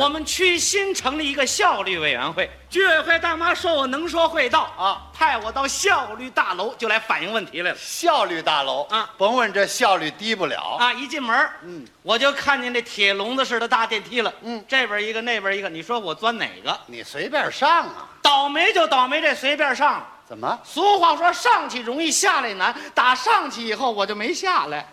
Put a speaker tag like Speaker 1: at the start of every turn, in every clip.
Speaker 1: 我们区新成立一个效率委员会，居委会大妈说我能说会道
Speaker 2: 啊，
Speaker 1: 派我到效率大楼就来反映问题来了。
Speaker 2: 效率大楼
Speaker 1: 啊
Speaker 2: 甭问这效率低不了。
Speaker 1: 啊，一进门，嗯，我就看见这铁笼子似的大电梯了，嗯，这边一个，那边一个，你说我钻哪个？
Speaker 2: 你随便上啊？
Speaker 1: 倒霉就倒霉，这随便上。
Speaker 2: 怎么？
Speaker 1: 俗话说，上去容易下来难，打上去以后我就没下来，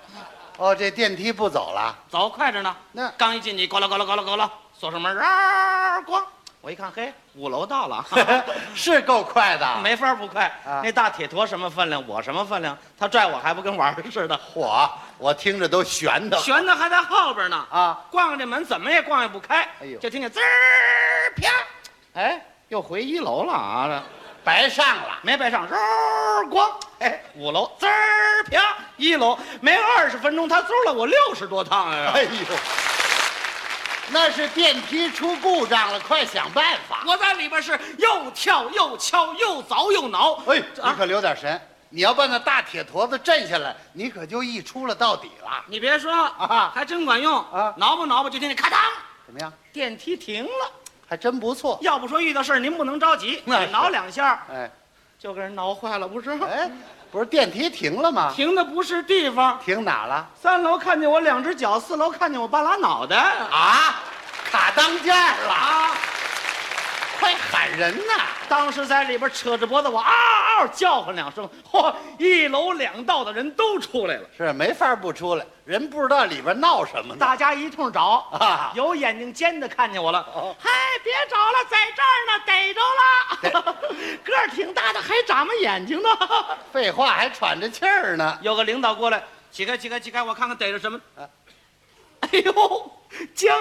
Speaker 2: 哦，这电梯不走了？
Speaker 1: 走快着呢。
Speaker 2: 那
Speaker 1: 刚一进去，咣啦咣啦咣啦咣啦，锁上门，啊，咣！我一看，嘿，五楼到 了。
Speaker 2: 是够快的。
Speaker 1: 啊没法不快，
Speaker 2: 啊
Speaker 1: 那大铁坨什么分量，我什么分量？他拽我还不跟玩儿似的，
Speaker 2: 嚯，我听着都悬的。
Speaker 1: 悬的还在后边呢。
Speaker 2: 啊，
Speaker 1: 逛这门怎么也逛也不开，
Speaker 2: 哎呦
Speaker 1: 就听见滋儿啪，哎，又回一楼了啊！这
Speaker 2: 白上了。
Speaker 1: 没白上，肉儿咣，哎，五楼滋儿啪，一楼没二十分钟，他租了我六十多趟呀、
Speaker 2: 哎呦，那是电梯出故障了，快想办法。
Speaker 1: 我在里边是又跳又敲又凿又挠，
Speaker 2: 哎，你可留点神，你要把那大铁坨子震下来，你可就一出了到底了。
Speaker 1: 你别说
Speaker 2: 啊
Speaker 1: 还真管用
Speaker 2: 啊
Speaker 1: 挠吧挠吧，就听见咔当，
Speaker 2: 怎么样？
Speaker 1: 电梯停了。
Speaker 2: 还真不错。
Speaker 1: 要不说遇到事儿您不能着急，
Speaker 2: 那是
Speaker 1: 挠两下
Speaker 2: 哎
Speaker 1: 就给人挠坏了，不是？
Speaker 2: 哎，不是电梯停了吗？
Speaker 1: 停的不是地方，
Speaker 2: 停哪了？
Speaker 1: 三楼看见我两只脚，四楼看见我半拉脑袋。
Speaker 2: 啊，卡当间了，
Speaker 1: 啊！
Speaker 2: 快喊人呐！
Speaker 1: 当时在里边扯着脖子，我嗷嗷叫唤两声，嚯！一楼两道的人都出来了，
Speaker 2: 是没法不出来，人不知道里边闹什么呢。
Speaker 1: 大家一通找，
Speaker 2: 啊，
Speaker 1: 有眼睛尖的看见我了
Speaker 2: 哦，
Speaker 1: 嗨，别找了，在这儿呢，逮着
Speaker 2: 哎
Speaker 1: 了， 个儿挺大的，还眨巴眼睛呢。
Speaker 2: 废话还喘着气儿呢。
Speaker 1: 有个领导过来，起开，起开，起开，我看看逮着什么。哎呦，姜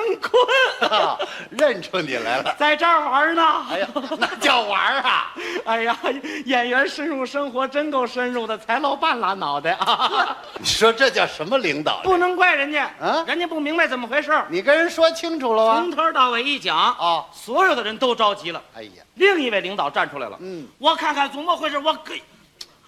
Speaker 2: 啊
Speaker 1: 昆
Speaker 2: 认出你来了，
Speaker 1: 在这儿玩呢。
Speaker 2: 哎呀，那叫玩儿啊！
Speaker 1: 哎呀，演员深入生活真够深入的，才露半拉脑 袋啊！
Speaker 2: 你说这叫什么领导？
Speaker 1: 不能怪人家，
Speaker 2: 啊
Speaker 1: 人家不明白怎么回事儿，
Speaker 2: 你跟人说清楚了啊
Speaker 1: 从！头到尾一讲，
Speaker 2: 哦
Speaker 1: 所有的人都着急了。
Speaker 2: 哎呀，
Speaker 1: 另一位领导站出来了，
Speaker 2: 嗯，
Speaker 1: 我看看怎么回事，我给。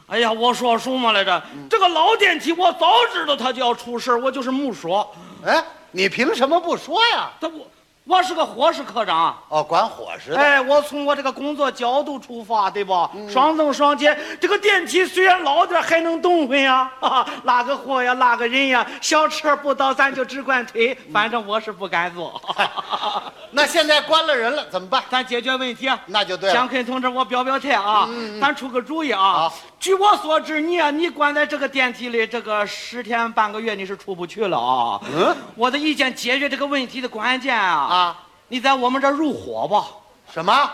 Speaker 1: 哎呀，我说什么来着？
Speaker 2: 嗯
Speaker 1: 这个老电梯，我早知道它就要出事儿我就是没说。
Speaker 2: 哎，你凭什么不说呀？
Speaker 1: 他我我是个伙食科长啊，
Speaker 2: 哦，管伙食的，嗯
Speaker 1: 哎，我从我这个工作角度出发，对吧？双增双减，这个电梯虽然老点儿还能动会呀，啊拉个货呀，拉个人呀，小车不到咱就只管推，
Speaker 2: 嗯
Speaker 1: 反正我是不敢坐。
Speaker 2: 那现在关了人了怎么办？
Speaker 1: 咱解决问题啊。
Speaker 2: 那就对
Speaker 1: 蒋
Speaker 2: 了，
Speaker 1: 坤同志，我表表态啊，咱出个主意啊
Speaker 2: 嗯好。
Speaker 1: 据我所知，你啊，你关在这个电梯里，这个十天半个月你是出不去了啊。
Speaker 2: 嗯
Speaker 1: 我的意见，解决这个问题的关键啊，
Speaker 2: 啊，
Speaker 1: 你在我们这儿入伙吧。
Speaker 2: 什么，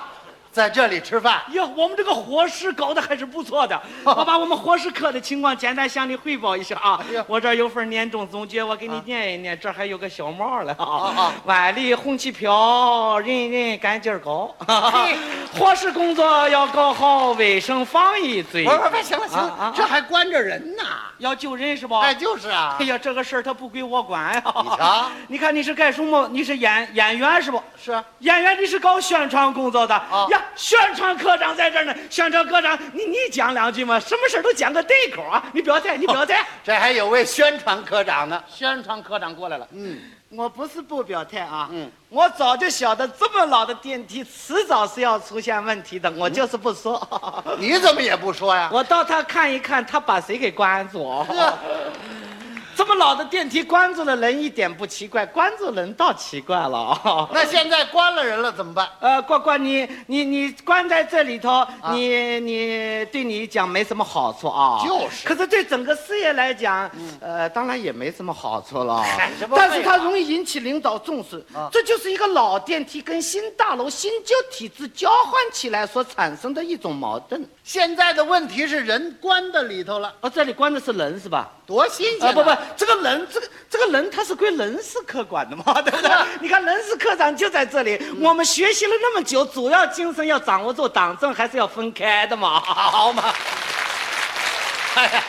Speaker 2: 在这里吃饭？
Speaker 1: 哟，哎我们这个伙食搞得还是不错 的。我把我们伙食科的情况简单向你汇报一下啊
Speaker 2: 哎呀。
Speaker 1: 我这儿有份年终总结，我给你念一念。这儿还有个小帽了
Speaker 2: 啊
Speaker 1: 啊
Speaker 2: 啊。
Speaker 1: 万里红旗飘，人人干劲儿高
Speaker 2: 嘿。
Speaker 1: 伙食工作要搞好，卫生防疫最
Speaker 2: 不。是不是不是，行了行
Speaker 1: 啊啊
Speaker 2: 了，这还关着人呢。
Speaker 1: 要救人是不？
Speaker 2: 哎，就是啊
Speaker 1: 哎，呀，这个事儿他不归我管呀。
Speaker 2: 你瞧，
Speaker 1: 你看你是干什么？你是演演员是不？
Speaker 2: 是啊
Speaker 1: 演员，你是搞宣传工作的呀？宣传科长在这儿呢，宣传科长，你你讲两句嘛，什么事儿都讲个对口啊！你表态，你表态。
Speaker 2: 这还有位宣传科长呢。
Speaker 1: 宣传科长过来了，
Speaker 2: 嗯，
Speaker 1: 我不是不表态啊，
Speaker 2: 嗯，
Speaker 1: 我早就晓得这么老的电梯迟早是要出现问题的，我就是不说。
Speaker 2: 你怎么也不说呀？
Speaker 1: 我到他看一看，他把谁给关 住？
Speaker 2: 呵，
Speaker 1: 这么老的电梯关住了人一点不奇怪，关住人倒奇怪了啊。
Speaker 2: 那现在关了人了怎么办？
Speaker 1: 呃，关关你你你关在这里头，你你对你讲没什么好处啊。
Speaker 2: 就是
Speaker 1: 可是对整个事业来讲，呃，当然也没什么好处了
Speaker 2: 嗨这。不
Speaker 1: 但是
Speaker 2: 废
Speaker 1: 它
Speaker 2: 话
Speaker 1: 容易引起领导重视
Speaker 2: 啊，
Speaker 1: 这就是一个老电梯跟新大楼、新旧体制交换起来所产生的一种矛盾。
Speaker 2: 现在的问题是人关到里头了，
Speaker 1: 哦，这里关的是人是吧？
Speaker 2: 多新鲜、
Speaker 1: 啊不不，，这个人，这个这个人，他是归人事科管的嘛， 对不对？你看人事科长就在这里，我们学习了那么久，主要精神要掌握住，党政还是要分开的嘛。
Speaker 2: 好嘛。哎呀，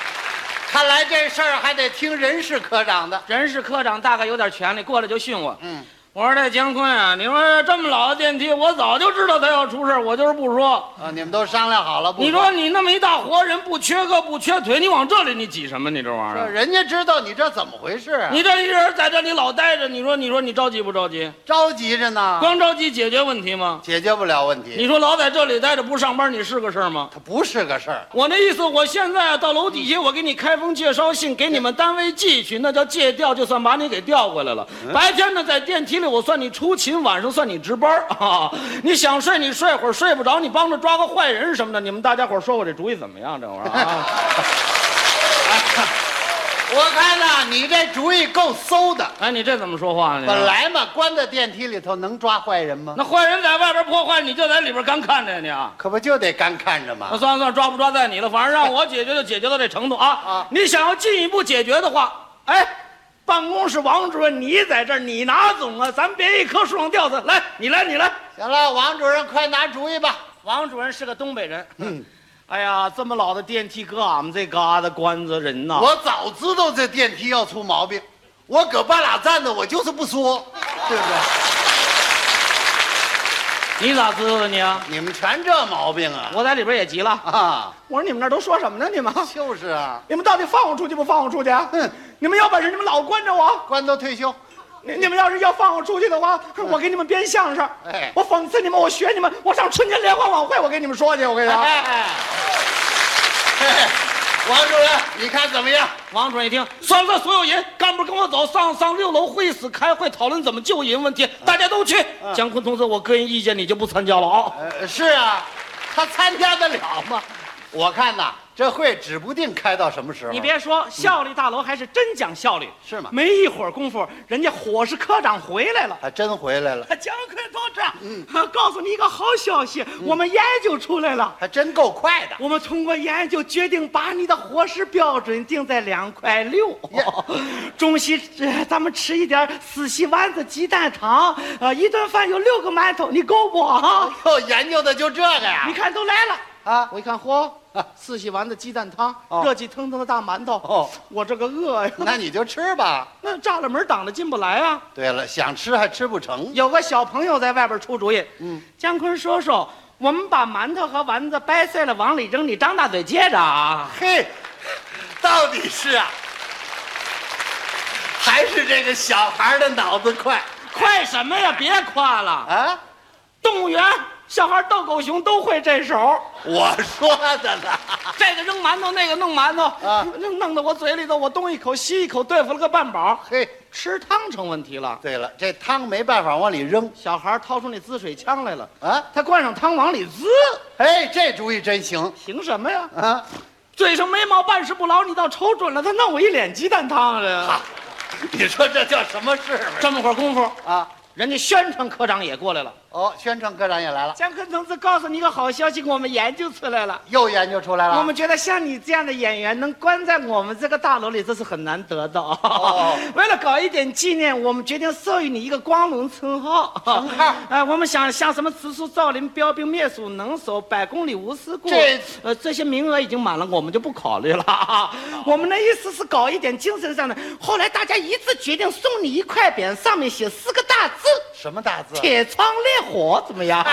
Speaker 2: 看来这事儿还得听人事科长的。
Speaker 1: 人事科长大概有点权利，过来就训我。
Speaker 2: 嗯，
Speaker 1: 我说这姜昆啊，你说这么老的电梯，我早就知道他要出事儿我就是不说。
Speaker 2: 啊，你们都商量好了不？
Speaker 1: 你说你那么一大活人，不缺胳不缺腿，你往这里你挤什么？你这玩意
Speaker 2: 这
Speaker 1: 儿，
Speaker 2: 人家知道你这怎么回事啊？
Speaker 1: 你这一人在这里老待着，你说你说你着急不着急？
Speaker 2: 着急着呢，
Speaker 1: 光着急解决问题吗？
Speaker 2: 解决不了问题。
Speaker 1: 你说老在这里待着不上班，你是个事儿吗？
Speaker 2: 它不是个事儿，
Speaker 1: 我那意思，我现在到楼底下，我给你开封介绍信，给你们单位寄去，那叫借调，就算把你给调回来了。
Speaker 2: 嗯
Speaker 1: 白天呢，在电梯里我算你出勤，晚上算你值班儿 啊。你想睡你睡会儿，睡不着你帮着抓个坏人什么的。你们大家伙儿说我这主意怎么样？这玩意儿啊，
Speaker 2: 我看呐、你这主意够馊的。
Speaker 1: 哎，你这怎么说话呢？
Speaker 2: 本来嘛，关在电梯里头能抓坏人吗？
Speaker 1: 那坏人在外边破坏，你就在里边干看着呀你啊。
Speaker 2: 可不就得干看着
Speaker 1: 那
Speaker 2: 吗？
Speaker 1: 啊算了算了，抓不抓在你了，反正让我解决就解决到这程度啊！
Speaker 2: 啊
Speaker 1: 你想要进一步解决的话，哎，办公室王主任你在这儿，你拿总啊，咱别一棵树上吊死。来，你来，你来。
Speaker 2: 行了，王主任，快拿主意吧。
Speaker 1: 王主任是个东北人，嗯， 哎呀，这么老的电梯哥，俺们这嘎达关着人呐。
Speaker 2: 我早知道这电梯要出毛病，我搁半拉站着，我就是不说，对不对？
Speaker 1: 你咋知道的你啊？
Speaker 2: 你们全这毛病啊！
Speaker 1: 我在里边也急了，
Speaker 2: 啊，
Speaker 1: 我说你们那儿都说什么呢？你们，
Speaker 2: 就是啊，
Speaker 1: 你们到底放我出去不放我出去？啊
Speaker 2: 哼
Speaker 1: 你们有本事你们老关着我。
Speaker 2: 官都退休，
Speaker 1: 你你们要是要放我出去的话，我给你们编相声，
Speaker 2: 哎
Speaker 1: 我讽刺你们，我学你们，我上春节联欢晚会，我给你们说去，我跟你讲。
Speaker 2: 哎嘿嘿王主任，你看怎么样？
Speaker 1: 王主任一听，算了算所有人，干部跟我走，上上六楼会议室开会，讨论怎么救人问题，大家都去。姜昆同志，我个人意见你就不参加了啊。
Speaker 2: 呃，是啊，他参加得了吗？我看呐，这会指不定开到什么时候。
Speaker 1: 你别说，效率大楼还是真讲效率，
Speaker 2: 是吗
Speaker 1: 没一会儿功夫，人家伙食科长回来了。
Speaker 2: 还真回来了，
Speaker 1: 姜昆同志，嗯， 告诉你一个好消息，我们研究出来了。
Speaker 2: 还真够快的。
Speaker 1: 我们通过研究决定，把你的伙食标准定在两块六
Speaker 2: 耶。
Speaker 1: 中西、呃咱们吃一点死西丸子、鸡蛋汤，呃，一顿饭有六个馒头，你够不啊？
Speaker 2: 哟，研究的就这个呀
Speaker 1: 你？看都来了。
Speaker 2: 啊，
Speaker 1: 我一看，嚯，四喜丸子、鸡蛋汤，
Speaker 2: 哦
Speaker 1: 热气腾腾的大馒头。
Speaker 2: 哦
Speaker 1: 我这个饿呀，
Speaker 2: 那你就吃吧。
Speaker 1: 那栅栏门挡着进不来啊。
Speaker 2: 对了，想吃还吃不成。
Speaker 1: 有个小朋友在外边出主意，嗯，姜昆叔叔，我们把馒头和丸子掰碎了往里扔，你张大嘴接着啊。
Speaker 2: 嘿，到底是啊，还是这个小孩的脑子快
Speaker 1: 快什么呀？别夸了，
Speaker 2: 啊？
Speaker 1: 动物园小孩逗狗熊都会这手，
Speaker 2: 我说的呢。
Speaker 1: 这个扔馒头，那个弄馒头，
Speaker 2: 啊
Speaker 1: 弄弄得我嘴里头，我东一口西一口，对付了个半饱。
Speaker 2: 嘿，
Speaker 1: 吃汤成问题了，
Speaker 2: 对了，这汤没办法往里扔
Speaker 1: 小孩掏出那滋水枪来了，
Speaker 2: 啊。
Speaker 1: 他灌上汤往里滋，
Speaker 2: 哎，这主意真行
Speaker 1: 凭什么呀？
Speaker 2: 啊！
Speaker 1: 嘴上没毛，办事不牢，你倒瞅准了，他弄我一脸鸡蛋汤了。
Speaker 2: 你说这叫什么事儿
Speaker 1: 这么会儿功夫，
Speaker 2: 啊？
Speaker 1: 人家宣传科长也过来了，
Speaker 2: 哦，宣传科长也来了，
Speaker 1: 姜昆同志告诉你一个好消息，我们研究出来了。
Speaker 2: 又研究出来了。
Speaker 1: 我们觉得像你这样的演员能关在我们这个大楼里，这是很难得的啊、
Speaker 2: 哦
Speaker 1: 为了搞一点纪念，我们决定授予你一个光荣称号。
Speaker 2: 称号
Speaker 1: 呃，我们想像什么慈树、造林、标兵、灭鼠、能手、百公里无私故，
Speaker 2: 这
Speaker 1: 呃这些名额已经满了，我们就不考 虑了啊。我们的意思是搞一点精神上的。后来大家一致决定送你一块匾，上面写四个大字
Speaker 2: 什么大字
Speaker 1: “
Speaker 2: 啊
Speaker 1: 铁窗烈火”，怎么样？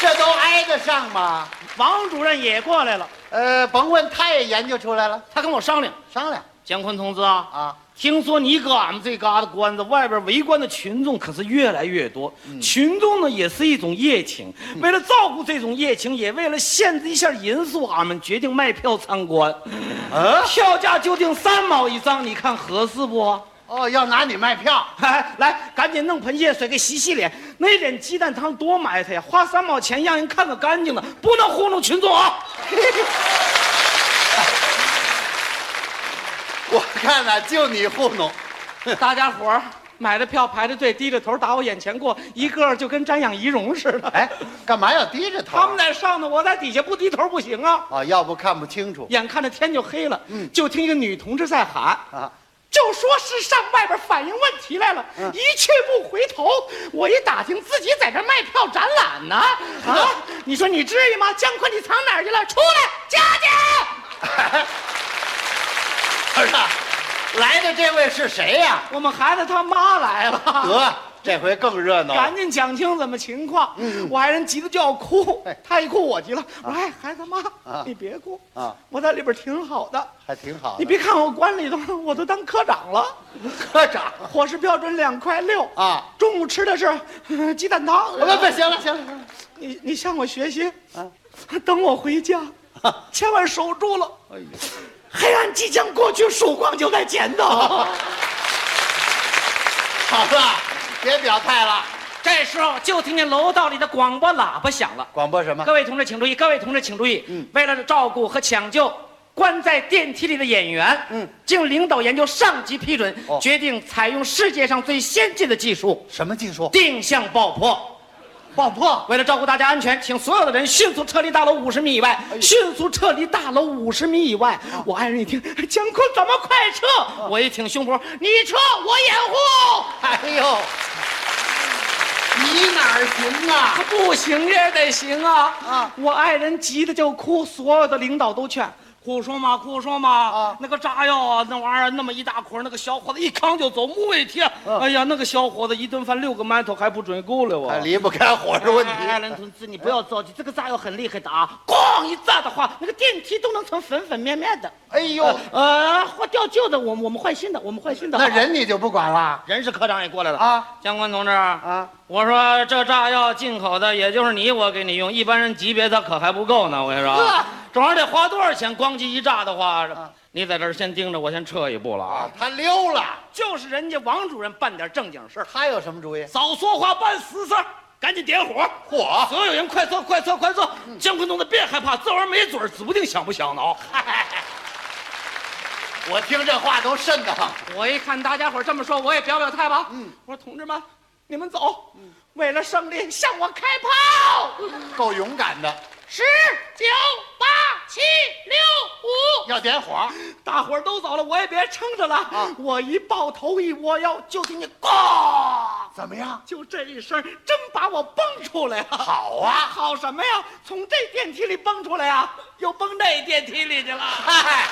Speaker 2: 这都挨得上吗？
Speaker 1: 王主任也过来了，
Speaker 2: 呃，甭问，他也研究出来了。
Speaker 1: 他跟我商量，
Speaker 2: 商量
Speaker 1: 姜昆同志啊。
Speaker 2: 啊，
Speaker 1: 听说你搁俺们这旮瘩关着，外边围观的群众可是越来越多。群众呢也是一种热情，为了照顾这种热情，也为了限制一下人数，俺们决定卖票参观，
Speaker 2: 啊，
Speaker 1: 票价就定三毛一张，你看合适不？
Speaker 2: 哦，要拿你卖票，
Speaker 1: 哎，来，赶紧弄盆热水给洗洗脸。那点鸡蛋汤多埋汰呀，花三毛钱让人看个干净的，不能糊弄群众啊！
Speaker 2: 我看呐、就你糊弄。
Speaker 1: 大家伙儿买的票排着队，低着头打我眼前过，一个个就跟瞻仰仪容似的。
Speaker 2: 哎，干嘛要低着头？
Speaker 1: 他们在上头，我在底下不低头不行啊！
Speaker 2: 啊，要不看不清楚
Speaker 1: 眼看着天就黑了，就听一个女同志在喊，
Speaker 2: 嗯啊。
Speaker 1: 就说是上外边反映问题来了，
Speaker 2: 嗯
Speaker 1: 一去不回头。我一打听，自己在这卖票展览呢。啊，你说你至于吗？姜昆，你藏哪儿去了？出来，佳佳！
Speaker 2: 哎儿子， 来的这位是谁呀、
Speaker 1: 我们孩子他妈来了，
Speaker 2: 得，这回更热闹了
Speaker 1: 赶。紧讲清怎么情况。我爱人急得就要哭
Speaker 2: 嗯哎，
Speaker 1: 他一哭我急了，我说哎，孩子妈
Speaker 2: 啊，
Speaker 1: 你别哭
Speaker 2: 啊，
Speaker 1: 我在里边挺好的。
Speaker 2: 还挺好的。
Speaker 1: 你别看我关里头，我都当科长了，
Speaker 2: 科长
Speaker 1: 伙食标准两块六
Speaker 2: 啊！
Speaker 1: 中午吃的是 呃鸡蛋汤。
Speaker 2: 不不，行了行了行了。
Speaker 1: 你你向我学习
Speaker 2: 啊，
Speaker 1: 等我回家， 千万守住了。
Speaker 2: 哎呦，
Speaker 1: 黑暗即将过去，曙光就在前头。
Speaker 2: 好了，别表态了。
Speaker 3: 这时候就听见楼道里的广播喇叭响了。
Speaker 2: 广播什
Speaker 1: 啊
Speaker 2: 么
Speaker 3: 各？位同志请注意，各位同志请注意，
Speaker 1: 嗯
Speaker 3: 为了照顾和抢救关在电梯里的演员，
Speaker 2: 嗯
Speaker 3: 经领导研究上级批准，
Speaker 2: 哦
Speaker 3: 决定采用世界上最先进的技术
Speaker 2: 什么技术
Speaker 3: ——定向爆破。
Speaker 2: 爆破？
Speaker 3: 为了照顾大家安全，请所有的人迅速撤离大楼五十米以外，迅速撤离大楼五十米以外。我爱人一听，姜昆怎么快撤？我一挺胸脯，你撤，我掩护。
Speaker 2: 哎呦，你哪儿行啊？
Speaker 3: 不行也得行啊！
Speaker 2: 啊
Speaker 3: 啊，
Speaker 1: 我爱人急得就哭，所有的领导都劝。胡说嘛，胡说嘛！
Speaker 2: 啊
Speaker 1: 那个炸药啊，那玩意儿那么一大捆儿，那个小伙子一扛就走，木卫贴。
Speaker 3: 啊
Speaker 1: 哎呀，那个小伙子一顿饭六个馒头还不准够了我。
Speaker 3: 哎
Speaker 2: 还啊离不开伙食问题。
Speaker 3: 艾伦同志，你不要着急，这个炸药很厉害的啊！咣一炸的话，那个电梯都能成粉粉面面的。
Speaker 2: 哎呦，
Speaker 3: 呃，换掉旧的，我们我们换新的，我们换新的。
Speaker 2: 那人你就不管了
Speaker 3: 人是科长也过来了
Speaker 2: 啊？
Speaker 3: 江官同志，
Speaker 2: 啊？
Speaker 3: 我说这炸药进口的，也就是你我给你用，一般人级别他可还不够呢。我跟你说
Speaker 2: 呵，
Speaker 3: 这玩意儿得花多少钱？咣叽一炸的话，你在这儿先盯着，我先撤一步了啊
Speaker 2: 啊！，他溜了，
Speaker 3: 就是人家王主任办点正经事儿，
Speaker 2: 他有什么主意？
Speaker 3: 少说话，办实事儿，赶紧点火。
Speaker 2: 火。
Speaker 3: 所有人快撤，快撤，快撤！姜昆同志别害怕，这玩意儿没准儿指不定想不想呢啊！
Speaker 2: 我听这话都瘆得慌。
Speaker 3: 我一看大家伙儿这么说，我也表表态吧。嗯，
Speaker 1: 我说同志们，你们走，为了胜利向我开炮！嗯
Speaker 2: 够勇敢的，
Speaker 3: 十九八七六
Speaker 2: 要点火。
Speaker 1: 大伙儿都走了，我也别撑着了。
Speaker 2: 啊
Speaker 1: 我一抱头一窝腰，就听见咣，
Speaker 2: 怎么样？
Speaker 1: 就这一声，真把我蹦出来了。
Speaker 2: 好啊！
Speaker 1: 好什么呀？从这电梯里蹦出来啊，又蹦那电梯里去了。
Speaker 2: 嗨。